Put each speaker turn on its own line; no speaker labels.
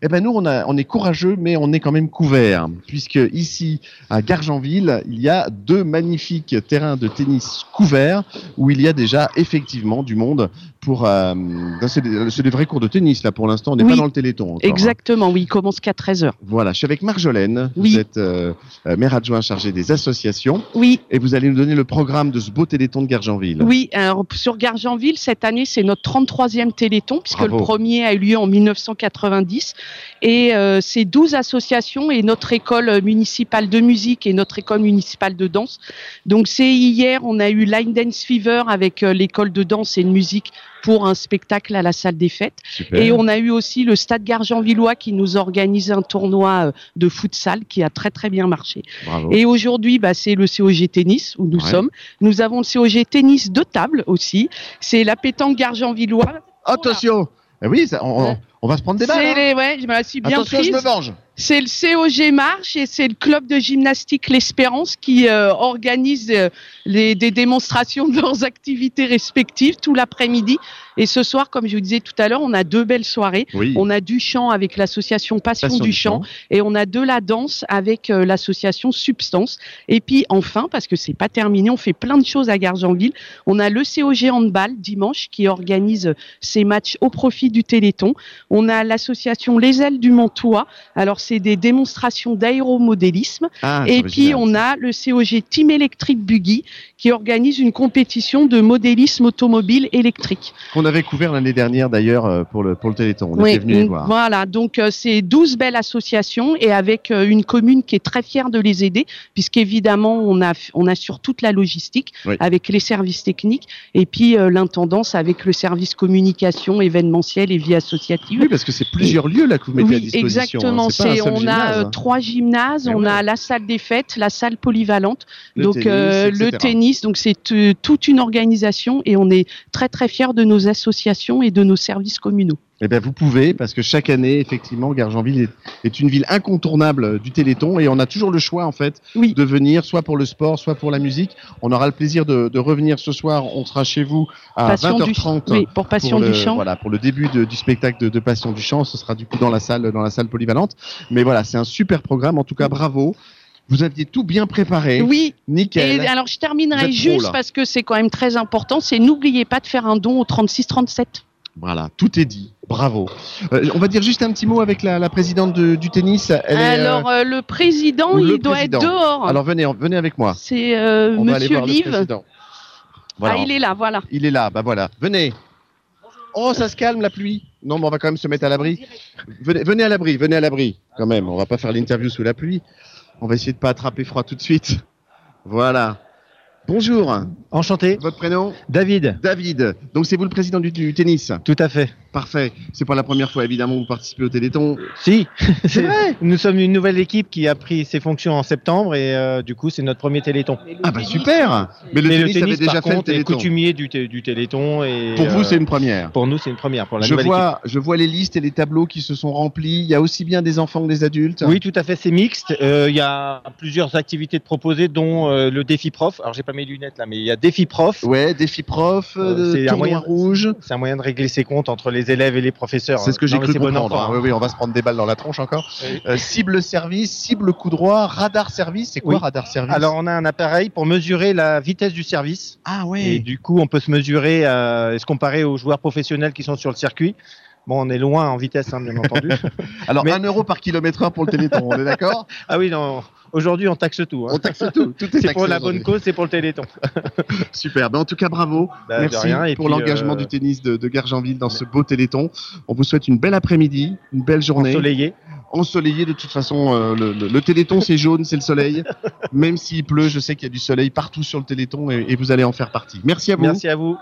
Eh ben nous, on, a, on est courageux, mais on est quand même couvert, puisque ici, à Gargenville, il y a deux magnifiques terrains de tennis couverts, où il y a déjà effectivement du monde pour... Euh, c'est des, c'est des vrais cours de tennis, là, pour l'instant, on n'est
Oui.
pas dans le Téléthon. Encore, hein.
Exactement, oui, il commence qu'à 13h.
Voilà, je suis avec Marjolaine,
Oui.
vous êtes euh, euh, maire adjoint chargé des associations,
Oui,
et vous allez nous donner le programme de ce beau Téléthon de Gargenville.
oui, alors, sur Gargenville, cette année, c'est notre 33e Téléthon, puisque
Bravo.
le premier a eu lieu en 1990. Et euh, c'est 12 associations et notre école municipale de musique et notre école municipale de danse. Donc, c'est hier, on a eu Line Dance Fever avec euh, l'école de danse et de musique pour un spectacle à la salle des fêtes.
Super.
Et on a eu aussi le Stade Gargenvillois qui nous organise un tournoi euh, de futsal qui a très très bien marché.
Bravo.
Et aujourd'hui, bah, c'est le COG tennis où nous
Oh. Ouais.
sommes. Nous avons le COG tennis de table aussi. C'est la pétanque Gargenvillois.
Attention Eh Oui, ça- on, on- on va se prendre des balles.
C'est
hein.
les, ouais, je me la suis bien
Attention,
prise.
je me venge.
C'est le COG Marche et c'est le club de gymnastique L'Espérance qui euh, organise euh, les, des démonstrations de leurs activités respectives tout l'après-midi. Et ce soir, comme je vous disais tout à l'heure, on a deux belles soirées.
Oui.
On a du chant avec l'association Passion,
Passion
du chant et on a de la danse avec euh, l'association Substance. Et puis enfin, parce que c'est pas terminé, on fait plein de choses à Gargenville. On a le COG handball dimanche qui organise ses matchs au profit du Téléthon. On a l'association Les Ailes du Mantois. Alors c'est des démonstrations d'aéromodélisme.
Ah, c'est
et puis
original.
on a le COG Team Electric Buggy qui organise une compétition de modélisme automobile électrique.
qu'on avait couvert l'année dernière d'ailleurs euh, pour le pour le Téléthon. On était venu les
donc,
voir.
Voilà, donc euh, c'est 12 belles associations et avec euh, une commune qui est très fière de les aider, puisqu'évidemment, on, a, on assure toute la logistique
Oui.
avec les services techniques et puis euh, l'intendance avec le service communication, événementiel et vie associative.
Oui, parce que c'est plusieurs lieux là que vous mettez à
Mm. Oui,
disposition. hein.
exactement.
C'est pas un
C'est
seul
on
gymnase,
a euh,
hein.
trois gymnases,
Mais
on
ouais.
a la salle des fêtes, la salle polyvalente,
Le
donc
tennis,
euh, le
etc..
tennis. Donc c'est euh, toute une organisation et on est très très fiers de nos associations et de nos services communaux.
Eh bien, vous pouvez, parce que chaque année, effectivement, Gargenville est, est une ville incontournable euh, du Téléthon et on a toujours le choix, en fait,
Oui.
de venir soit pour le sport, soit pour la musique. On aura le plaisir de, de revenir ce soir. On sera chez vous à
Passion du
20h30.
Oui, pour Passion
pour
du
le,
Chant.
Voilà, pour le début de- du spectacle de, de Passion du Chant, ce sera du coup dans la salle, dans la salle polyvalente. Mais voilà, c'est un super programme. En tout cas, bravo. Vous aviez tout bien préparé.
Oui,
Nickel.
et alors je
Vous êtes hein.
terminerai
pro,
juste
là.
parce que c'est quand même très important, c'est n'oubliez pas de faire un don au 3637.
Voilà, tout est dit. Bravo. Euh, on va dire juste un petit mot avec la, la présidente de- du tennis. Elle est, euh,
alors euh, le président,
ou
il
le
doit
président.
être dehors.
alors venez, venez avec moi.
c'est euh,
on va aller
monsieur
voir le
Live.
président. Voilà,
Ah, il est là, voilà.
il est là. Bah voilà, venez. Oh, ça se calme la pluie. Non, mais on va quand même se mettre à l'abri. Venez, venez à l'abri, venez à l'abri. Quand même, on va pas faire l'interview sous la pluie. On va essayer de pas attraper froid tout de suite. Voilà. Bonjour.
Enchanté,
Votre prénom
David.
David. Donc c'est vous le président du, du tennis.
Tout à fait.
Parfait. C'est pas la première fois évidemment que vous participez au Téléthon.
Si.
C'est vrai.
Nous sommes une nouvelle équipe qui a pris ses fonctions en septembre et euh, du coup c'est notre premier Téléthon.
Ah bah super. Mais le,
Mais
tennis, avait déjà
par
fait le
contre, est
Téléthon.
coutumier du, té- du Téléthon et
Pour vous,
euh,
c'est une première.
pour nous c'est une première pour la
Je
nouvelle
vois, je vois les listes et les tableaux qui se sont remplis. Il y a aussi bien des enfants que des adultes.
équipe. Oui, tout à fait, c'est mixte. Euh, Il y a plusieurs activités de proposer, dont euh, le défi prof. Alors j'ai pas mes lunettes là, mais il y a défi prof.
Ouais, défi prof,
Euh,
euh,
c'est un
tournoi
moyen-
rouge.
C'est un moyen de régler ses comptes entre les élèves et les professeurs.
C'est ce que
Non,
j'ai
mais
cru
c'est bon
comprendre.
enfant,
hein.
hein.
Oui, oui, on va se prendre des balles dans la tronche encore.
Oui.
Euh, cible service, cible coup droit, radar service. C'est quoi
Oui.
radar service
Alors on a un appareil pour mesurer la vitesse du service.
ah
Et
ouais.
du coup, on peut se mesurer euh, et se comparer aux joueurs professionnels qui sont sur le circuit. Bon, on est loin en vitesse, hein, bien entendu.
Alors
mais-
un euro par kilomètre heure pour le Téléthon. on est d'accord
ah oui, non. Aujourd'hui, on taxe tout. hein.
On taxe tout. Tout est
C'est
taxé
pour la
aujourd'hui.
bonne cause, c'est pour le Téléthon.
Super. Ben, en tout cas, bravo.
Bah, de
Merci
rien, et
pour
puis,
l'engagement
euh,
du tennis de, de Gargenville dans ce beau Téléthon. On vous souhaite une belle après-midi, une belle journée.
Ensoleillé.
ensoleillé de toute façon. euh, le, le- le Téléthon, c'est jaune, c'est le soleil. Même s'il pleut, je sais qu'il y a du soleil partout sur le Téléthon et, et vous allez en faire partie. Merci à vous.
Merci à vous.